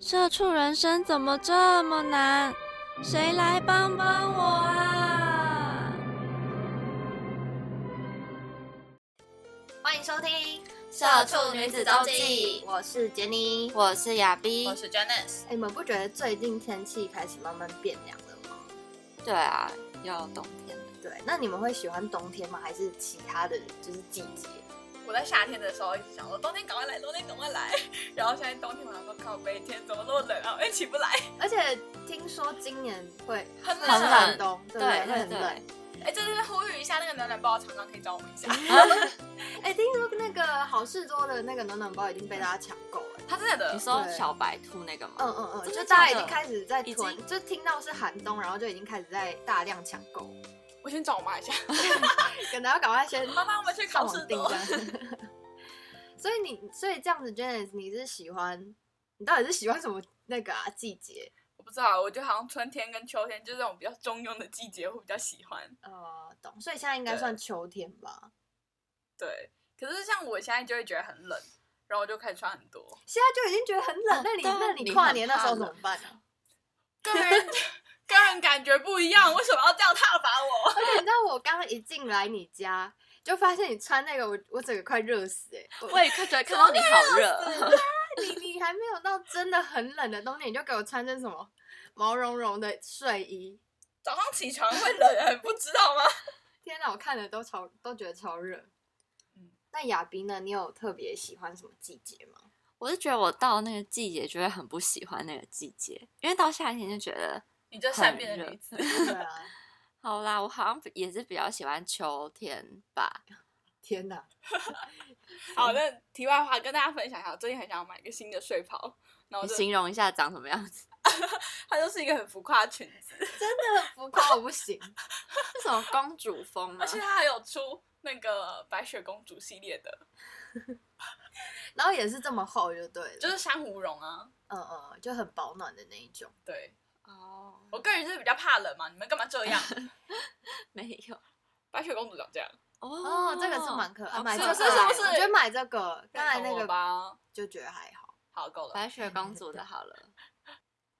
社畜人生怎么这么难？谁来帮帮我啊？欢迎收听《社畜女子周记我是杰尼，我是亚逼我，是 Janice，哎你们不觉得最近天气开始慢慢变凉了吗？对啊，要冬天了。对，那你们会喜欢冬天吗？还是其他的就是季节？我在夏天的时候一直想说冬天赶快来，冬天赶快来， 然后现在冬天我想说靠北天怎么那么冷啊，我也起不来。而且听说今年会很冷很冷冬，对不对会很对冷。哎，这边呼吁一下那个暖暖包的厂商可以找我们一下，嗯哎，听说那个好事多的那个暖暖包已经被大家抢购了。 他真的你的说对小白兔那个吗？嗯嗯嗯，真就的大家假已的经开始在已囤，就听到是寒冬，然后就已经开始在大量抢购，我先找我妈一下，可能要赶快先妈妈我们去上考试网订多这。样。 所以你，所以这样子 j a n i c 你是喜欢，你到底是喜欢什么那个啊季节？我不知道，我觉得好像春天跟秋天就是那种比较中庸的季节，我比较喜欢。呃，懂。所以现在应该算秋天吧？对，可是像我现在就会觉得很冷，然后我就开始穿很多。 现在就已经觉得很冷，哦那你对啊那你你跨很年那时候怕怎么冷办 啊？个人个人感觉不一样，为什么要这样挞伐我？而且你知道，我刚刚一进来你家，就发现你穿那个，我我整个快热死哎、我我也看觉得看到你好热，你你还没有到真的很冷的冬天，你就给我穿这什么毛茸茸的睡衣，早上起床会冷，你不知道吗？天哪，我看了都超都觉得超热。嗯那亚斌呢？你有特别喜欢什么季节吗？我是觉得我到那个季节就会很不喜欢那个季节，因为到夏天就觉得你这善变的女子，对啊，好啦，我好像也是比较喜欢秋天吧。 天哪！好，那题外话跟大家分享一下，我最近很想要买一个新的睡袍，然后你就形容一下长什么样子？ 它就是一个很浮夸的裙子，浮夸我不行，是什么公主风吗而？且它还有出那个白雪公主系列的，然后也是这么厚就对了，就是珊瑚绒啊。嗯嗯，就很保暖的那一种。对哦，我个人是比较怕冷嘛，你们干嘛这 样？没有白雪公主长这样，哦，这个是蛮可爱，好买这可个爱哦是不是我觉得买这个，刚才认那同我个吧，就觉得还好。好够了。白雪公主 的好了。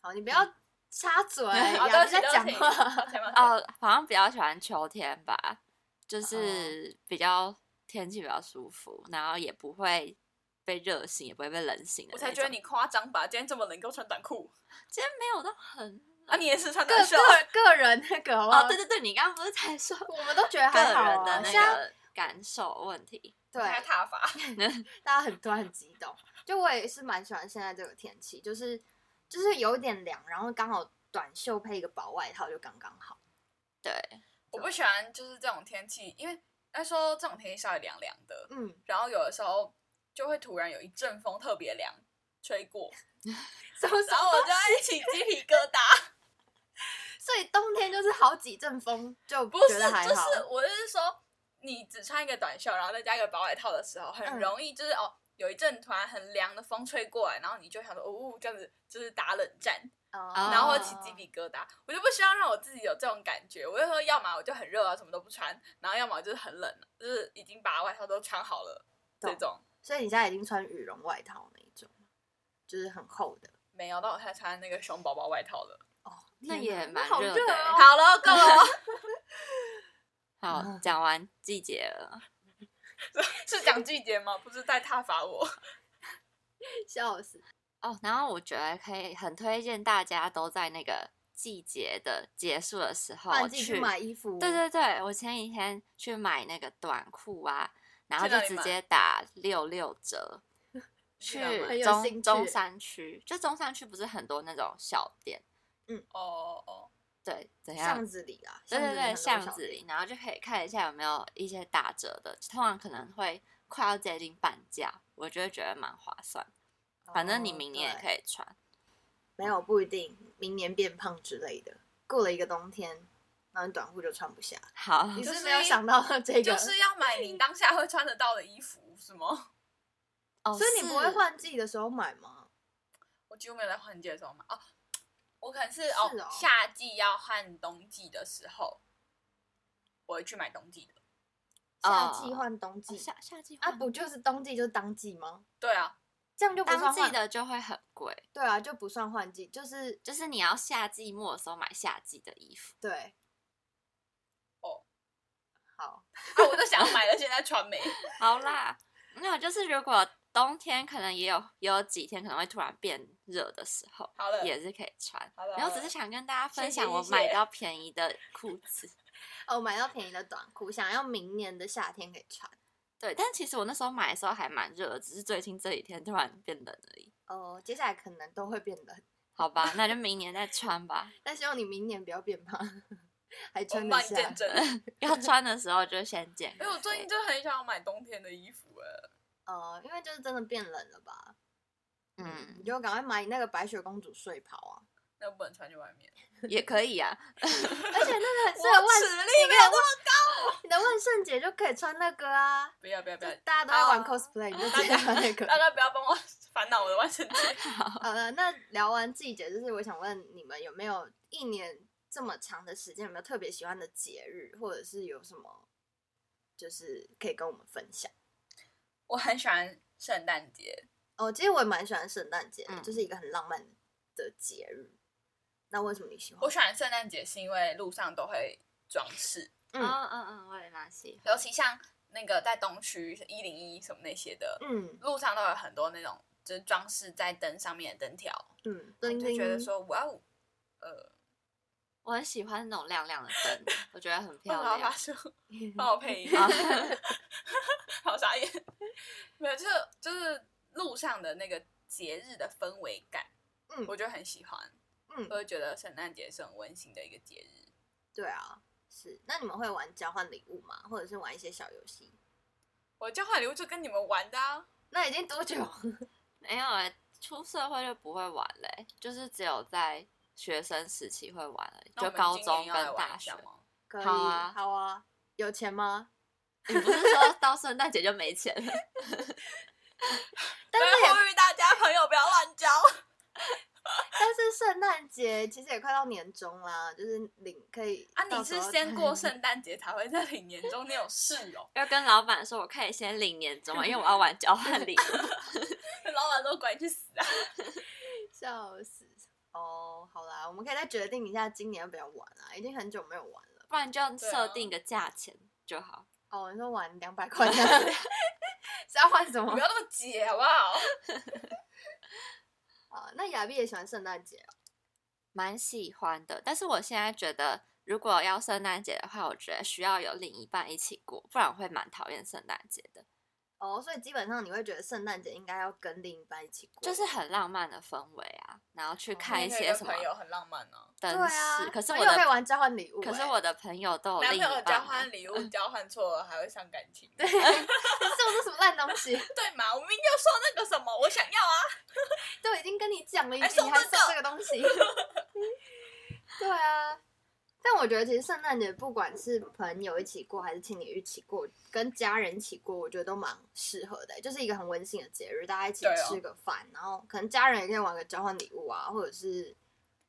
好，你不要插嘴，好，亚哦对斌不起，哎在对讲不起，话。 抱歉抱歉哦，好像比较喜欢秋天吧，哦就是比较天气比较舒服，然后也不会被热醒，也不会被冷醒的我那种。才觉得你夸张吧，今天这么冷，你给我穿短裤今天没有到很啊？你也是穿个短袖？个个人那个好不好啊哦，对，对对，你刚刚不是才说我们都觉得个还好人啊。的现那在个感受问题？对，还踏伐， 大家很突然很激动。就我也是蛮喜欢现在这个天气，就是就是有一点凉，然后刚好短袖配一个薄外套就刚刚好。对，我不喜欢就是这种天气，因为他说这种天气稍微凉凉的，嗯， 然后有的时候就会突然有一阵风特别凉吹 过，什么时然候后？我就会起鸡皮疙 瘩。所以冬天就是好几阵风就不觉是，得还就好。是我就是说，你只穿一个短袖，然后再加一个薄外套的时候，嗯很容易就是、哦，有一阵突然很凉的风吹过来，然后你就想说哦，这样子就是打冷战，哦然后会起鸡。皮疙瘩。我就不希望让我自己有这种感觉。我就说，要么我就很热啊，什么都不穿，然后要么就是很冷，啊就是已经把外套都穿好了这懂种。所以你现在已经穿羽绒外套那一种，就是很厚的。没有，但我现在穿那个熊宝宝外套了。哦，那天哪也蛮好热热的哦欸好了，够了，好，讲完季节了，是讲季节吗？不是在挞伐我。笑死。哦，然后我觉得可以很推荐大家都在那个季节的结束的时候换季去去买衣服。对对对，我前几天去买那个短裤啊，然后去就哪里直买接打六六折，去哪买很去有中兴中趣山区，就中山区不是很多那种小店，哦哦，对，怎样巷？子里啊，对对对，巷巷子子里里，然后就可以看一下有没有一些打折的，通常可能会快要接近半价，我就会觉得蛮划算。很多小店，反正你明年也以。可以穿，没有不一定，明年变胖之类的。过了一个冬天，然后你短裤就穿不下。好，你就是是没有想到这个，就是要买你当下会穿得到的衣服，是吗？ 哦所以你不会，换季的时候买吗？我几乎没有在换季的时候买哦，我可能是哦是哦夏季要换冬季的时候，我会去买冬季的。夏哦季换冬季，是夏夏季啊换不就是冬季就是当季吗？对啊，这样就不当算季换，的就会很贵，对啊，就不算换季，就是就是你要夏季末的时候买夏季的衣服。对。哦，好，啊，我就想要买了，现在穿没。好啦，没有，就是如果冬天可能也有也有几天可能会突然变热的时候，好了，也是可以穿好了。然后好只是了想跟大家分谢享谢我谢买谢到便宜的裤子。哦，买到便宜的短裤，想要明年的夏天可以穿。对，但其实我那时候买的时候还蛮热的，只是最近这几天突然变冷而已。哦，接下来可能都会变冷，好吧，那就明年再穿吧。但希望你明年不要变胖，还我穿得们帮你下。见证。要穿的时候就先减个肥。因为我最近就很想要买冬天的衣服哎，呃，因为就是真的变冷了吧？嗯你就赶快买那个白雪公主睡袍啊，那不能穿去外面。也可以啊，而且那啊个很适合我啊万，实力你没的有万你的万圣节就可以穿那个啊，不要不要不就要是，大家都在玩啊 cosplay，、你就直接穿那 大个。家不要帮我烦恼我的万圣节。好了，那聊完季节，就是我想问你们有没有一年这么长的时间，有没有特别喜欢的节日，或者是有什么就是可以跟我们分享？我很喜欢圣诞节，哦，其实我也蛮喜欢圣诞节的，嗯就是一个很浪漫的节日。那为什么你喜欢？我喜欢圣诞节是因为路上都会装饰，嗯嗯嗯嗯，我也蛮喜欢。尤其像那个在东区一零一什么那些的，嗯路上都有很多那种就是装饰在灯上面的灯条，嗯，我叮就叮觉得 说哇哦，呃，我很喜欢那种亮亮的灯，我觉得很为什漂么要亮 发。出帮我配音啊，好傻眼。没有，就是就是路上的那个节日的氛围感，嗯我就很喜欢，嗯我就觉得圣诞节是很温馨的一个节日。对啊，是。那你们会玩交换礼物吗？或者是玩一些小游戏？我交换礼物就跟你们玩的啊，那已经多久？没有欸，出社会就不会玩嘞、就是只有在学生时期会玩而已，那我就们高今年中要来跟玩大一学下。吗？ 可以，好啊好啊有钱吗？你不是说到圣诞节就没钱了？ 但是所以也，啊呼吁大家朋友不要乱交。但是圣诞节其实也快到年终啦，就是领可以 啊，你到时是候先再过 圣诞节才会在领年终，你有事哦。要跟老板说，我可以先领年终啊，因为我要玩交换礼物。 老板都管你去死 啊！笑死。哦，好啦，我们可以再决定一下今年要不要玩啊，已经很久没有玩了。不然就设定个价钱就好。哦，你说玩两百块是要换什么 不？要那么解好不好？啊，那亚碧也喜欢圣诞节哦蛮喜欢的。但是我现在觉得，如果要圣诞节的话，我觉得需要有另一半一起过，不然我会蛮讨厌圣诞节的。哦，所以基本上你会觉得圣诞节应该要跟另一半一起过，就是很浪漫的氛围啊，然后去哦看你一可以些跟什么朋友很浪漫呢、灯对饰。啊可是朋我友可以的玩交换礼物可是欸我的朋友都有男另一朋友半交啊，换礼物交换错了还会伤感情，嗯 对你送的什么烂东西？嘛？我明明就说那个什么，我想要 啊，都已经跟你讲了一还句，送你还这送这个东 西？嗯对啊，但我觉得其实圣诞节不管是朋友一起过，还是情侣一起过，跟家人一起过，我觉得都蛮适合的欸、就是一个很温馨的节日，大家一起对哦吃个饭，然后可能家人也可以玩个交换礼物啊，或者是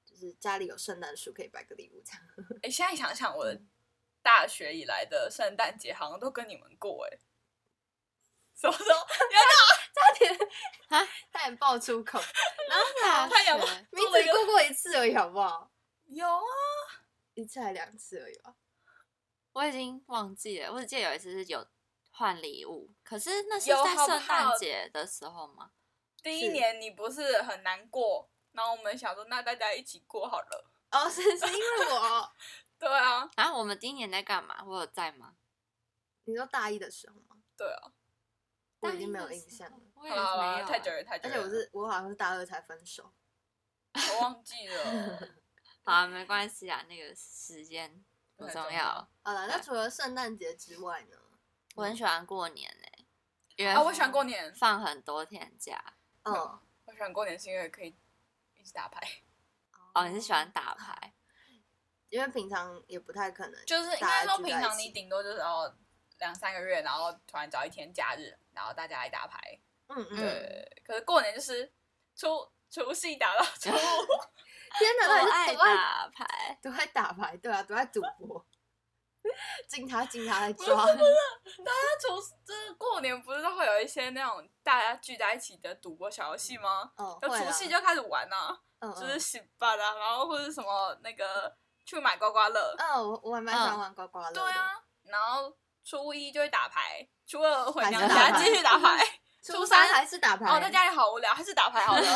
就是家里有圣诞树可以摆个礼物这样。哎、现在想想，我的大学以来的圣诞节好像都跟你们过哎、 什么时候？差点爆粗 口， 大太阳学你只过过一次而已，好不好？有啊，一次还两次而已吧。我已经忘记了，我只记得有一次是有换礼物，可是那是有在好不圣诞好节的时候吗？第一是年你不是很难过，然后我们想说，那大家一起过好了。哦，是是因为我，对啊，然后我们第一年在干嘛？我有在吗？你说大一的时候吗？对啊，我已经没有大一的印时象候了，我好也没啦好啦，有太久了。了太久啊而了，且我是我好像是大二才分手。我忘记了。 好啊，没关系啊，那个时间不很重重要要。好了，那对除了圣诞节之外呢？我很喜欢过年呢、因为啊啊，我喜欢过年，放很多天假。嗯，我喜欢过年是因为可以一一起打牌，哦，你是喜欢打牌？ 因为平常也不太可能，就是应该大家说聚在平常一起你顶多就是哦两三个月，然后突然找一天假日，然后大家来打牌。嗯嗯，对，可是过年就是除除 夕打到初五，天哪，哎我到底爱是多爱打牌，多爱打牌？对啊，多爱赌博，进他进他来抓，那除就是过年不是都会有一些那种大家聚在一起的赌博小游戏吗？嗯，就会除啦夕就开始玩呐、啊嗯就嗯是洗吧啦，然后或者什么那个去买刮刮乐，嗯，我我还蛮喜欢嗯玩刮刮乐的，对啊，然后初一就会打牌，初二回还娘是家打牌继续打牌，初初三三还是打牌，哦，在家里好无聊，还是打牌 好了。你们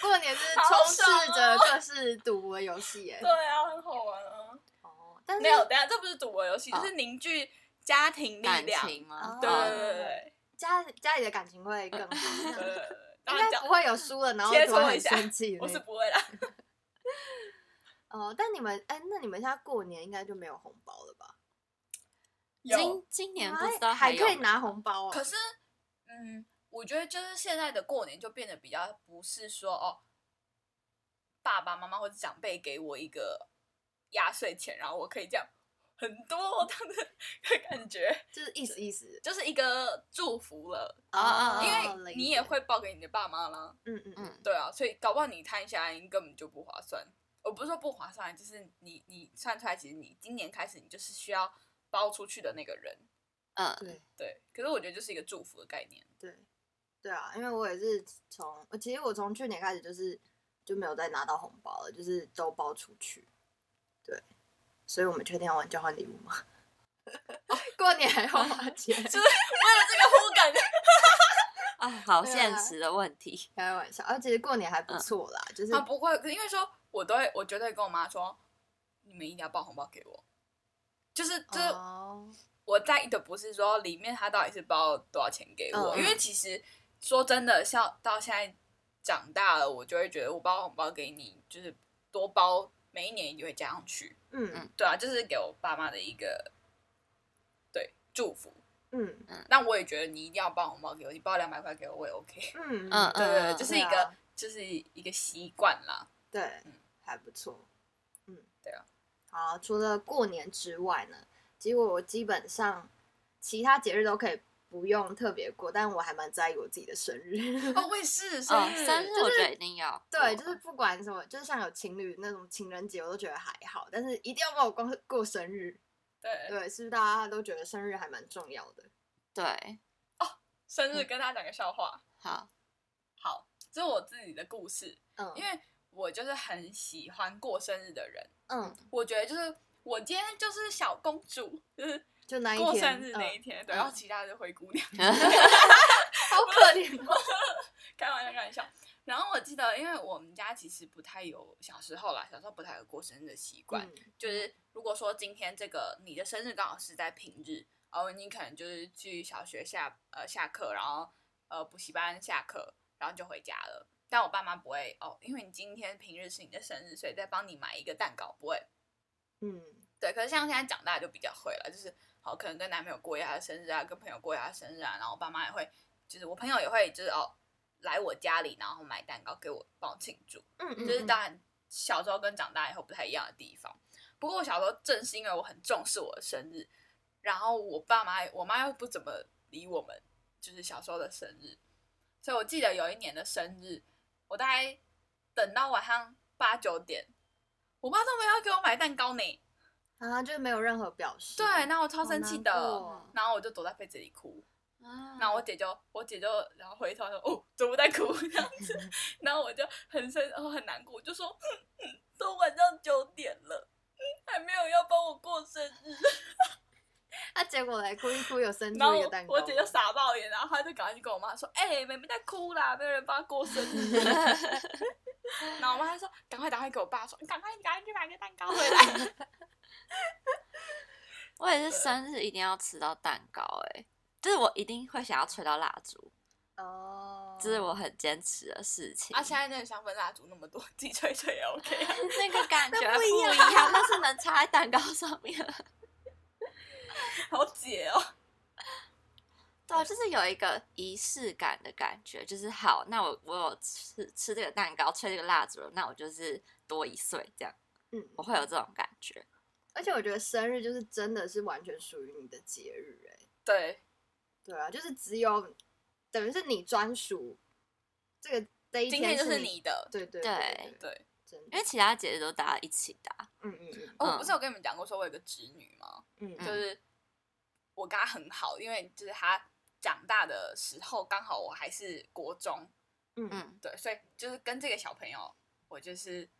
过年就是好充斥爽哦着各式赌博游戏耶对，啊，很好玩啊。哦，但是没有，等一下这不是赌博游戏，哦就是凝聚家庭力感量。情吗？对哦对对对家家里的感情会更好， 对对对对，应当然该讲不会有输了然后切突然磋很一下生气的我那是种。不 会啦。哦，但你们哎，那你们现在过年应该就没有红包了吧？有，今今年不还知道还有可以没拿有红包可哦。是嗯，我觉得就是现在的过年就变得比较不是说哦，爸爸妈妈或者长辈给我一个压岁钱，然后我可以这样很嗯多这样的 感觉。就是意思意思就是一个祝福了，哦哦因理为你解也会报给你的爸妈啦，嗯嗯嗯，嗯，对啊，所以搞不好你摊下来你根本就不划算。我不是说不划算，就是你你算出来，其实你今年开始你就是需要包出去的那个人，嗯，对对。可是我觉得就是一个祝福的概念，，对对啊，因为我也是从，我其实我从去年开始就是就没有再拿到红包了，就是都包出去。对，所以我们确定要玩交换礼物吗？ 过年还要花钱 就是为了这个呼感，啊，好对啊现实的问题，开玩笑。而、啊嗯其实过年还不错啦，就是啊不会，可是因为说我都会，我绝对跟我妈说，你们一定要包红包给我，就是就是哦，我在意的不是说里面他到底是包多少钱给我，嗯因为其实说真的，像到现在长大了，我就会觉得我包红包给你，就是多包，每一年一定会加上去，嗯嗯对啊，就是给我爸妈的一个对祝福。嗯那我也觉得你一定要包红包给我，你包两百块给我，我也 OK。嗯嗯对对对，嗯就是一个、对啊就是一个习惯啦。对嗯，还不错。嗯，对啊。好，除了过年之外呢，其实我基本上其他节日都可以不用特别过，但我还蛮在意我自己的生日。 哦，我也是，生哦，日，生日我觉得一定要过，对，就是不管什么，就是像有情侣那种情人节，我都觉得还好，但是一定要帮我过过生日。对，对，是不是大家都觉得生日还蛮重要的？对，生嗯日跟大家讲个笑话。好，好，这是我自己的故事。嗯，因为我就是很喜欢过生日的人。嗯，我觉得就是我今天就是小公主，就是就那一天过生日那一嗯天，对，然后其他就灰姑娘，好可怜哦。 开玩笑开玩笑。然后我记得，因为我们家其实不太有小时候啦，小时候不太有过生日的习惯。嗯就是如果说今天这个你的生日刚好是在平日，哦，你可能就是去小学下呃下课，然后呃补习班下课，然后就回家了。但我爸妈不会哦，因为你今天平日是你的生日，所以再帮你买一个蛋糕，不会。嗯对，可是像现在长大就比较会了，就是好可能跟男朋友过一下生日啊，跟朋友过一下生日啊，然后我爸妈也会，就是我朋友也会就是哦来我家里，然后买蛋糕给我帮我庆祝，嗯就嗯，是当然小时候跟长大以后不太一样的地方。不过我小时候正是因为我很重视我的生日，然后我爸妈我妈又不怎么理我们，就是小时候的生日，所以我记得有一年的生日，我大概等到晚上八九点，我妈都没有给我买蛋糕呢。然后啊就没有任何表示。对，然后我超好生气难的过，哦然后我就躲在被子里哭。啊然后我姐就，我姐就，然后回头说：“哦，怎么在哭？” 这样子， 然后我就很生，哦，很难过，我就说：“嗯嗯，都晚上九点了，嗯，还没有要帮我过生日。啊，结果来哭一哭，有生”日然后一个我蛋糕。我姐就傻爆眼，然后她就赶快去跟我妈说：“哎、妹妹在哭啦，没有人帮她过 生日。”然后我妈就说：“赶快打电话给我爸说，你赶快，你赶快去买个蛋糕回来。 我也是生日一定要吃到蛋糕、哎，就是我一定会想要吹到蜡烛，哦，这是我很坚持的事”情。啊，现在那个香氛蜡烛那么多，自己吹吹也 OK 啊。那个感觉那不不一一样样，那是能插在蛋糕上面。好解哦。对啊，就是有一个仪式感的感觉，就是好，那我我有吃吃这个蛋糕，吹这个蜡烛了，那我就是多一岁这样，嗯，我会有这种感觉。而且我觉得生日就是真的是完全属于你的节日、欸，对，对啊，就是只有等于是你专属这个这一今天就是是你你，的，对对对对，对。真因的，为其他节日都大家一起的啊、嗯嗯哦，嗯我不是有跟你们讲过说我有个侄女吗？嗯就嗯，是我跟他很好，因为就是他长大的时候刚好我还是国中，嗯嗯对，所以就是跟这个小朋友，我就是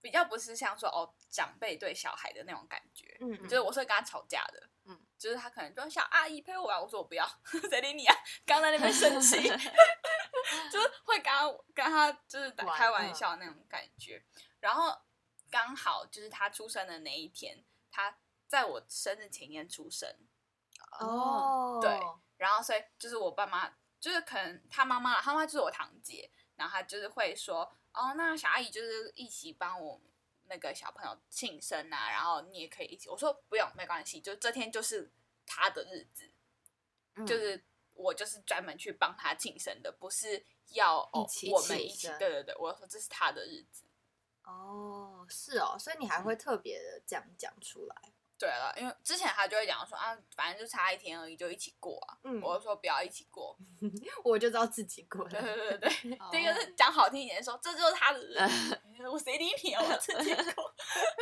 比较不是像说哦长辈对小孩的那种感觉，嗯就是我是会跟他吵架的，嗯，就是他可能就说小阿姨陪我啊玩，我说我不要， 谁理你啊？刚在那边生 气， 就是会跟他跟他就是打玩嗯开玩笑那种感觉。然后刚好就是他出生的那一天，他在我生日前一天出生，哦，对然后所以就是我爸妈，就是可能他妈妈啦，他妈就是我堂姐，然后她就是会说，哦，那小阿姨就是一起帮我那个小朋友庆生啊，然后你也可以一起。我说不用，没关系，就这天就是他的日子，嗯就是我就是专门去帮他庆生的，不是要、哦一起我们庆一起生。对对对，我说这是他的日子。哦，是哦，所以你还会特别的这样讲出来，对了，因为之前他就会讲说啊，反正就差一天而已，就一起过啊。嗯，我就说不要一起过， 我就知道自己过对了，对对对，哦这个是讲好听一点说，这就是他的日 子，我谁理你啊？我自己过，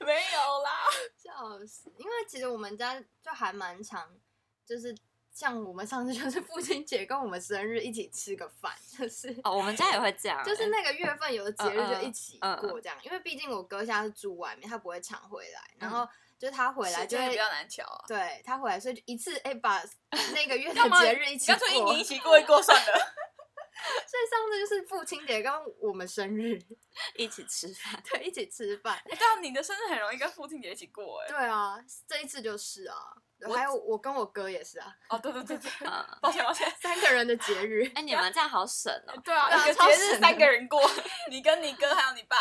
没有啦。笑死！因为其实我们家就还蛮常，就是像我们上次就是 父亲节跟我们生日一起吃个饭，就是哦，我们家也会这样、 就是那个月份有的节日就一起嗯嗯嗯过这样，因为毕竟我哥现在是住外面，他不会常回来，然后就是他回来嗯时就间 也会比较难瞧啊。对他回来，所以就一次哎、把那 个月的干嘛节日一起干过，所脆以一年一上起过一过算 了。次就是父亲节跟我们生日一起吃饭，对一起吃饭，哎对啊，你的生日很容易跟父亲节一起过哎。对啊，这一次就是啊，我还有我跟我哥也是啊，哦，对对对对，嗯，抱歉抱歉。三个人的节日哎、你们这样好省哦，对啊， 对啊一个超节神日的三个人过， 你跟你哥还有你爸。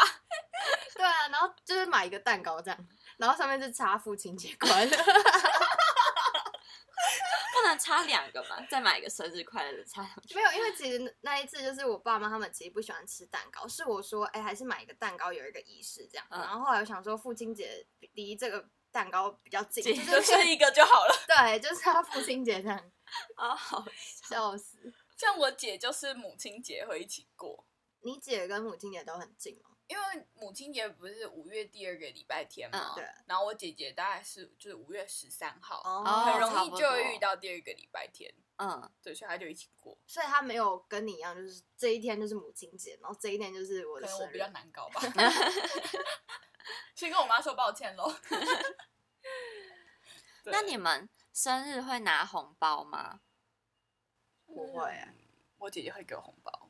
对啊，然后就是买一个蛋糕这样，然后上面就插父亲节快乐。不能差两个嘛，再买一个生日快乐的差两个， 没有，因为其实那那一次就是我爸妈他们其实不喜欢吃蛋糕，是我说哎、还是买一个蛋糕有一个仪式这样。嗯然后后来我想说父亲节离这个蛋糕比较近，近就就是吃一个就好了。对，就是他父亲节 这样，哦，好，笑死！像我姐就是母亲节会一起过，你姐跟母亲节都很近哦，因为母亲节不是五月第二个礼拜天嘛，嗯对然后我姐姐大概是就是五月十三号，哦很差容易不多就会遇到第二个礼拜天，嗯，对，所以她就一起过。所以他没有跟你一样，就是这一天就是母亲节，然后这一天就是我可的能生我日比较。难搞 吧，先跟我妈说抱歉 喽。对那你们生日会拿红包吗？不嗯会啊我姐姐会给我红包，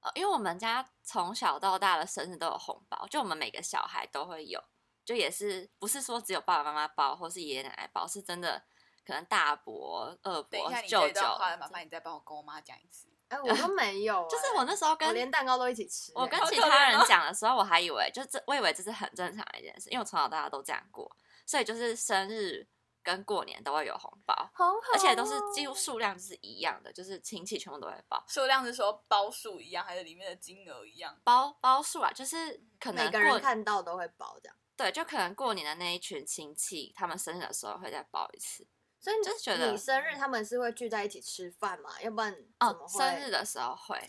呃，因为我们家从小到大的生日都有红包，就我们每个小孩都会有，就也是不是说只有爸爸妈妈包或是爷爷奶奶包，是真的可能大伯、二等一伯下、你舅这舅段话，麻烦你再帮我跟我妈讲一次。哎、我都没 有、哎就是我那时候我跟连蛋糕都一起吃、我跟哎好其可他怜人哦讲的时候，我还以为就这，我以为这是很正常的一件事，因为我从小到大都这样过，所以就是生日跟过年都会有红包，好好哦，而且都是几乎数量就是一样的，就是亲戚全部都会包。数量是说包数一样，还是里面的金额一样？包包数啊，就是可能每个过人看到都会包这样。对，就可能过年的那一群亲戚，他们生日的时候会再包一次。所以你就是觉得你生日他们是会聚在一起吃饭嘛？要不然怎哦么，会生日的时候会，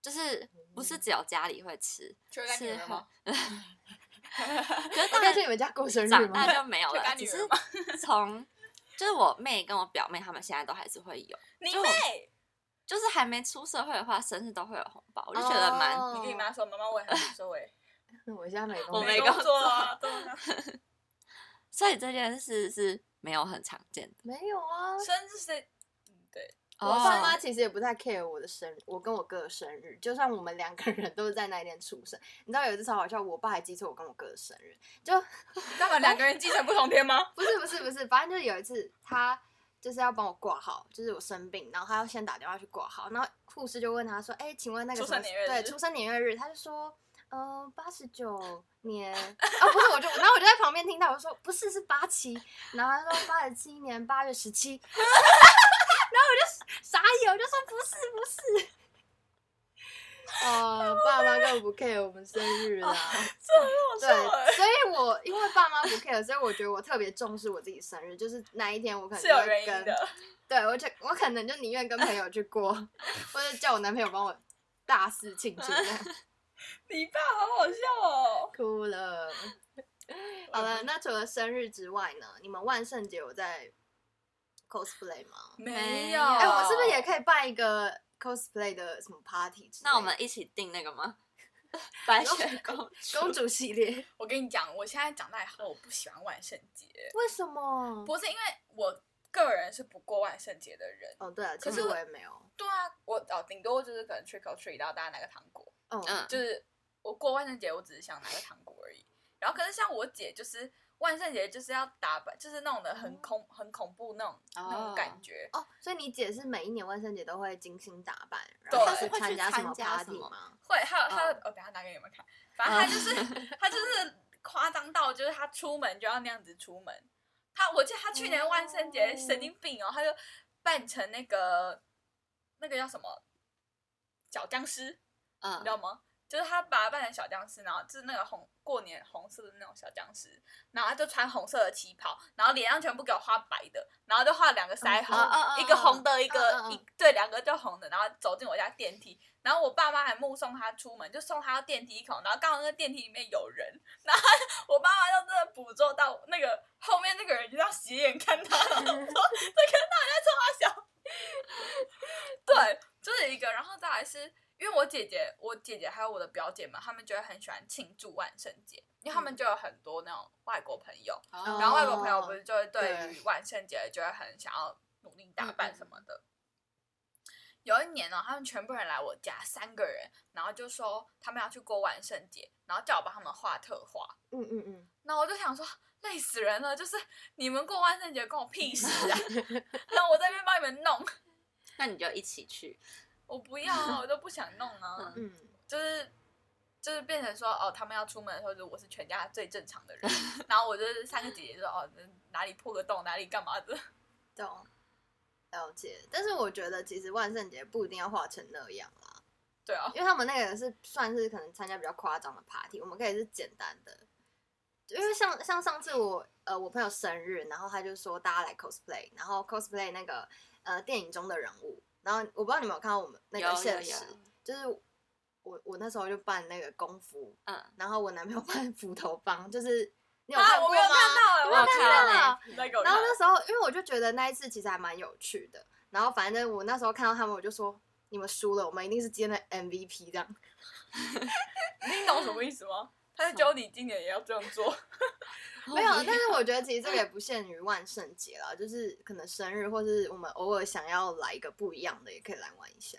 就是不是只有家里会吃，就干女是儿吗？可是当我可以然去你们家过生日长吗大？就没有就了。干只女是儿吗 从就是我妹跟我表妹他们现在都还是会有，你就妹，就是还没出社会的话，生日都会有红包，我就觉得蛮、哦你跟你妈说，妈妈我也很想说哎，我现在没工我作，没工工作 啊，对啊所以这件事是没有很常见的。没有啊。生日 是，嗯对，我哦爸妈其实也不太 care 我的生日，我跟我哥的生日，就算我们两个人都是在那一天出生。你知道有一次超好笑，我爸还记错我跟我哥的生日，就他们两个人继承不同天吗？不是不是不是，反正就是有一次他就是要帮我挂号，就是我生病，然后他要先打电话去挂号，然后护士就问他说：“哎、请问那个出什么生年月对日出生年月日？”他就说。呃，八十九年啊，不是，我就然后我就在旁边听到， 我就说不是是八七，然后他说八十七年八月十七，然后傻眼，我就说不是不是。哦，爸妈根本不 care 我们生日啦。这对，很好笑哎所以我因为爸妈不 care，所以我觉得我特别重视我自己生日，就是那一天我可能是就有会原因跟，的。对我就我可能就宁愿跟朋友去过，或者叫我男朋友帮我大肆庆祝，这样你爸好好笑哦。哭了。好了，那除了生日之外呢？你们万圣节有在 cosplay 吗？没有，哎哎、我是不是也可以办一个 cosplay 的什么 party？之类的那我们一起定那个吗？白雪公主， 公主 系列？我跟你讲，我现在长大以后，我不喜欢万圣节，为什么？不是因为我个人是不过万圣节的人。哦，对啊，可其是实我我也没有。对啊，我哦，顶多就是可能 trick or treat，然后大家拿个糖果，嗯嗯，就是我过万圣节，我只是想拿个糖果而已。然后可是像我姐，就是万圣节就是要打扮，就是那种的很恐、很恐怖那种、那种感觉。哦，所以你姐是每一年万圣节都会精心打扮，然对后去会去参加什参么加 party 什么吗？会，还有还有，嗯我、等一下拿给你们看。反正她就是、 她就是夸张到，就是她出门就要那样子出门。她我记得她去年万圣节哦神经病哦，她就扮成那个那个叫什么小僵尸。你知道嗯，吗？就是他把它扮成小僵尸，然后就是那个红过年红色的那种小僵尸，然后他就穿红色的旗袍，然后脸上全部给我画白的，然后就画两个腮红，嗯嗯嗯嗯一个红的，一个、嗯嗯嗯一对两个就红的，然后走进我家电梯，然后我爸妈还目送他出门，就送他到电梯口，然后刚好那个电梯里面有人，然后我爸妈就真的捕捉到那个后面那个人就这样斜眼看他，然后说这个到底在冲他笑，对，就是一个，然后再来是因为我姐姐、我姐姐还有我的表姐们，她们就会很喜欢庆祝万圣节，因为她们就有很多那种外国朋友，哦然后外国朋友不是就会对对嗯于万圣节就会很想要努力打扮什么的。有一年呢、他们全部人来我家，三个人，然后就说他们要去过万圣节，然后叫我帮他们画特画。嗯嗯嗯，那我就想说，累死人了，就是你们过万圣节关我屁事 啊！那我在那边帮你们弄，那你就一起去。我不要啊，我就不想弄啊，嗯，就是就是变成说，哦，他们要出门的时候，就我是全家最正常的人，然后我就是三个姐姐就说，哦，哪里破个洞，哪里干嘛的， 懂，了解。但是我觉得其实万圣节不一定要画成那样啦，对啊，因为他们那个是算是可能参加比较夸张的 party，我们可以是简单的。因为像像上次我呃我朋友生日，然后他就说大家来 cosplay，然后 cosplay 那个呃电影中的人物，然后我不知道你们有看到我们那个有现有实，有，就是我我那时候就扮那个功夫，嗯， 然后我男朋友扮斧头帮，就是你有啊，看我过没吗？有看到哎，我我有有看看到到，那个，然后那时候，因为我就觉得那一次其实还蛮有趣的，然后反正我那时候看到他们，我就说你们输了，我们一定是今天的 MVP 这样。你懂什么意思 吗？他是教你今年也要这样做， 没有，啊但是我觉得其实这个也不限于万圣节啦，就是可能生日或是我们偶尔想要来一个不一样的，也可以来玩一下。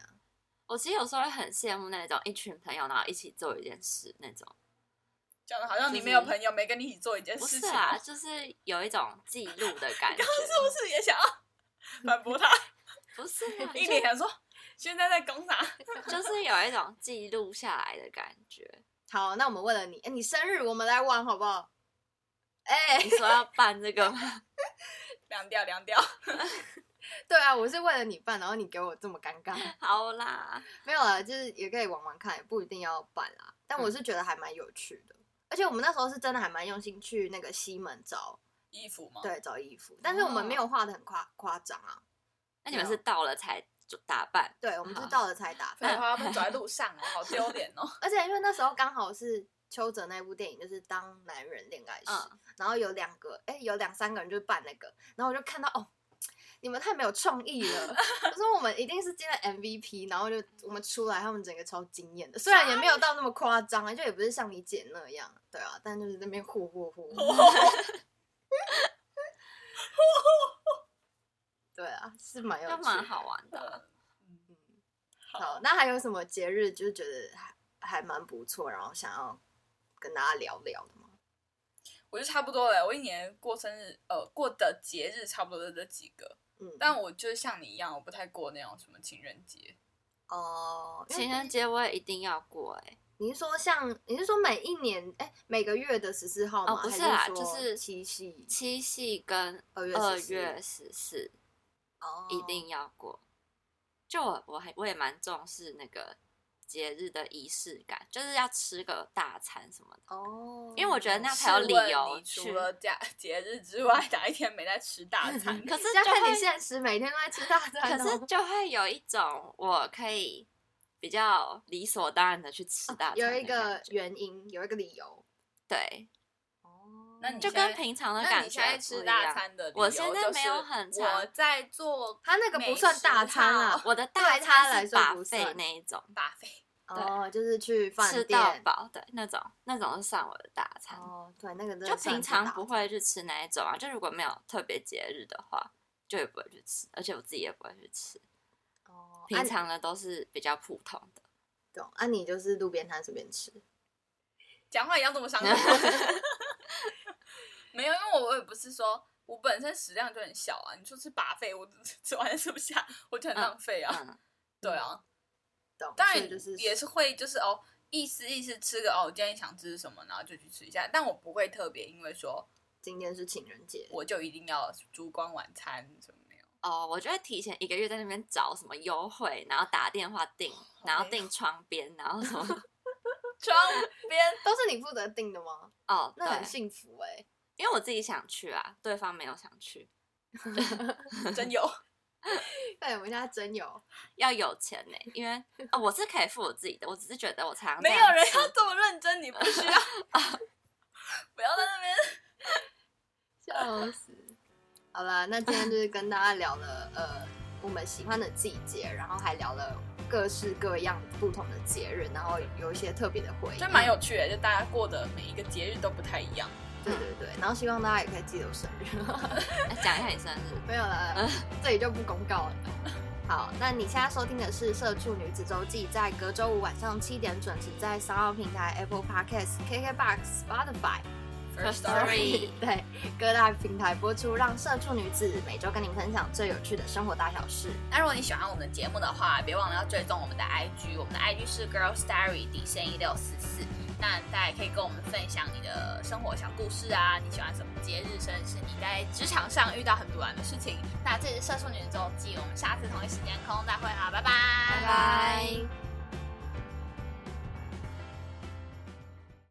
我其实有时候会很羡慕那种一群朋友，然后一起做一件事那种。讲的好像你没有朋友，没跟你一起做一呃件不事是情，啊，就是有一种记录 的感觉。是不是也想要 反驳 他？不是啊，一脸想说现在在攻啥？就就是有一种记录下来的感觉。好，那我们为了你，哎，你生日我们来玩好不好？哎、 你说要办这个吗？ 凉掉凉掉， 对啊，我是为了你办，然后你给我这么尴尬， 好啦，没有啦，就是也可以玩玩看，也不一定要办啦。但我是觉得还蛮有趣的，而且我们那时候是真的还蛮用心去那个西门找衣服吗？对，找衣服，但是我们没有画的很夸夸张啊。那你们是到了才就打扮？对，我们是好到了才打废 扮，话，他们走在路上哦，好丢脸哦。 而且因为那时候刚好是邱泽那部电影，就是《当男人恋爱时》嗯然后有两个，哎、有两三个人就扮那个，然后我就看到哦。你们太没有创意 了！我说我们一定是进了 MVP，然后就我们出来，他们整个超惊艳的。虽然也没有到那么夸张啊，就也不是像你姐那样，对啊，但就是那边呼呼呼， 对啊，是蛮有就趣的，蛮好玩的啊、嗯，好，那还有什么节日就是觉得还还蛮不错，然后想要跟大家聊聊的吗？我就差不多了，我一年过生日，呃，过的节日差不多就这几个。嗯，但我就是像你一样，我不太过那种什么情人节。哦，因为情人节我也一定要过哎、你是说像你是说每一年哎、每个月的十四号吗？哦不是还啦是说就是七夕七夕跟二月二14月十四哦，一定要过。就我我还我也蛮重视那个节日的仪式感，就是要吃个大餐什么的。哦，因为我觉得 那样才有试理问由你去除了假 节日之外，哪一天没在吃大餐？可是现在就看会你现实，每天都在吃大可餐哦，是就会有一种我可以比较理所当然的去吃大餐的哦有感觉、一个原因，有一个理由。对，哦那你就现在跟平常的那感你觉现在不吃一大样。餐的理我由现在就是没有很我常在做他那个不算大餐啊，啊，我的对大他餐来是说把不费算那一种，把费。哦，就是去饭吃到店。饱对那种，那种是算我的大餐。哦，对，那个真的就算平是常大不餐会去吃那一种啊，就如果没有特别节日的话，就也不会去吃，而且我自己也不会去吃。哦，平啊常的都是比较普通的，懂啊，你就是路边摊随便吃。讲话一样这么伤人。 没有，因为我也不是说我本身食量就很小啊，你说吃把费，我 吃完吃不下，我就很浪费啊。嗯，对啊，懂，当所然以就是也是会就是哦，意思意思吃个哦，今天想吃什么，然后就去吃一下，但我不会特别因为说今天是情人节，我就一定要烛光晚餐什么没有。哦，我就会提前一个月在那边找什么优惠，然后打电话订，然后累哦订窗边，然后什 么 窗边都是你负责定的吗？哦，对那，很幸福哎。因为我自己想去啊，对方没有想去，真有， 对，我们现在真有，要有钱呢、因为、哦、我是可以付我自己的，我只是觉得我常常没啊这有样人吃要这么认真，你不 需要，不要在那边。笑死。好了，那今天就是跟大家聊了呃我们喜欢的季节，然后还聊了各式各样不同的节日，然后有一些特别的回忆，就蛮有趣的，就大家过的每一个节日都不太一样。对对对，然后希望大家也可以记得我生日，哎讲一下你生日。没有啊了，这里就不公告了。好，那你现在收听的是《社畜女子周记》，在隔周五晚上七点准时在三号平台、Apple Podcasts、KKBox、Spotify、 First Story Story 对各大平台播出，让社畜女子每周跟您分享最有趣的生活大小事。 那如果你喜欢我们的节目的话，别忘了要追踪我们的 IG，我们的 IG 是 Girl Story 底线一六四四。那大家也可以跟我们分享你的生活小故事啊，你喜欢什么节日，甚至是你在职场上遇到很突然的事情。那这里是社畜女的周记，我们下次同一时间空中再会啊，拜拜，拜拜。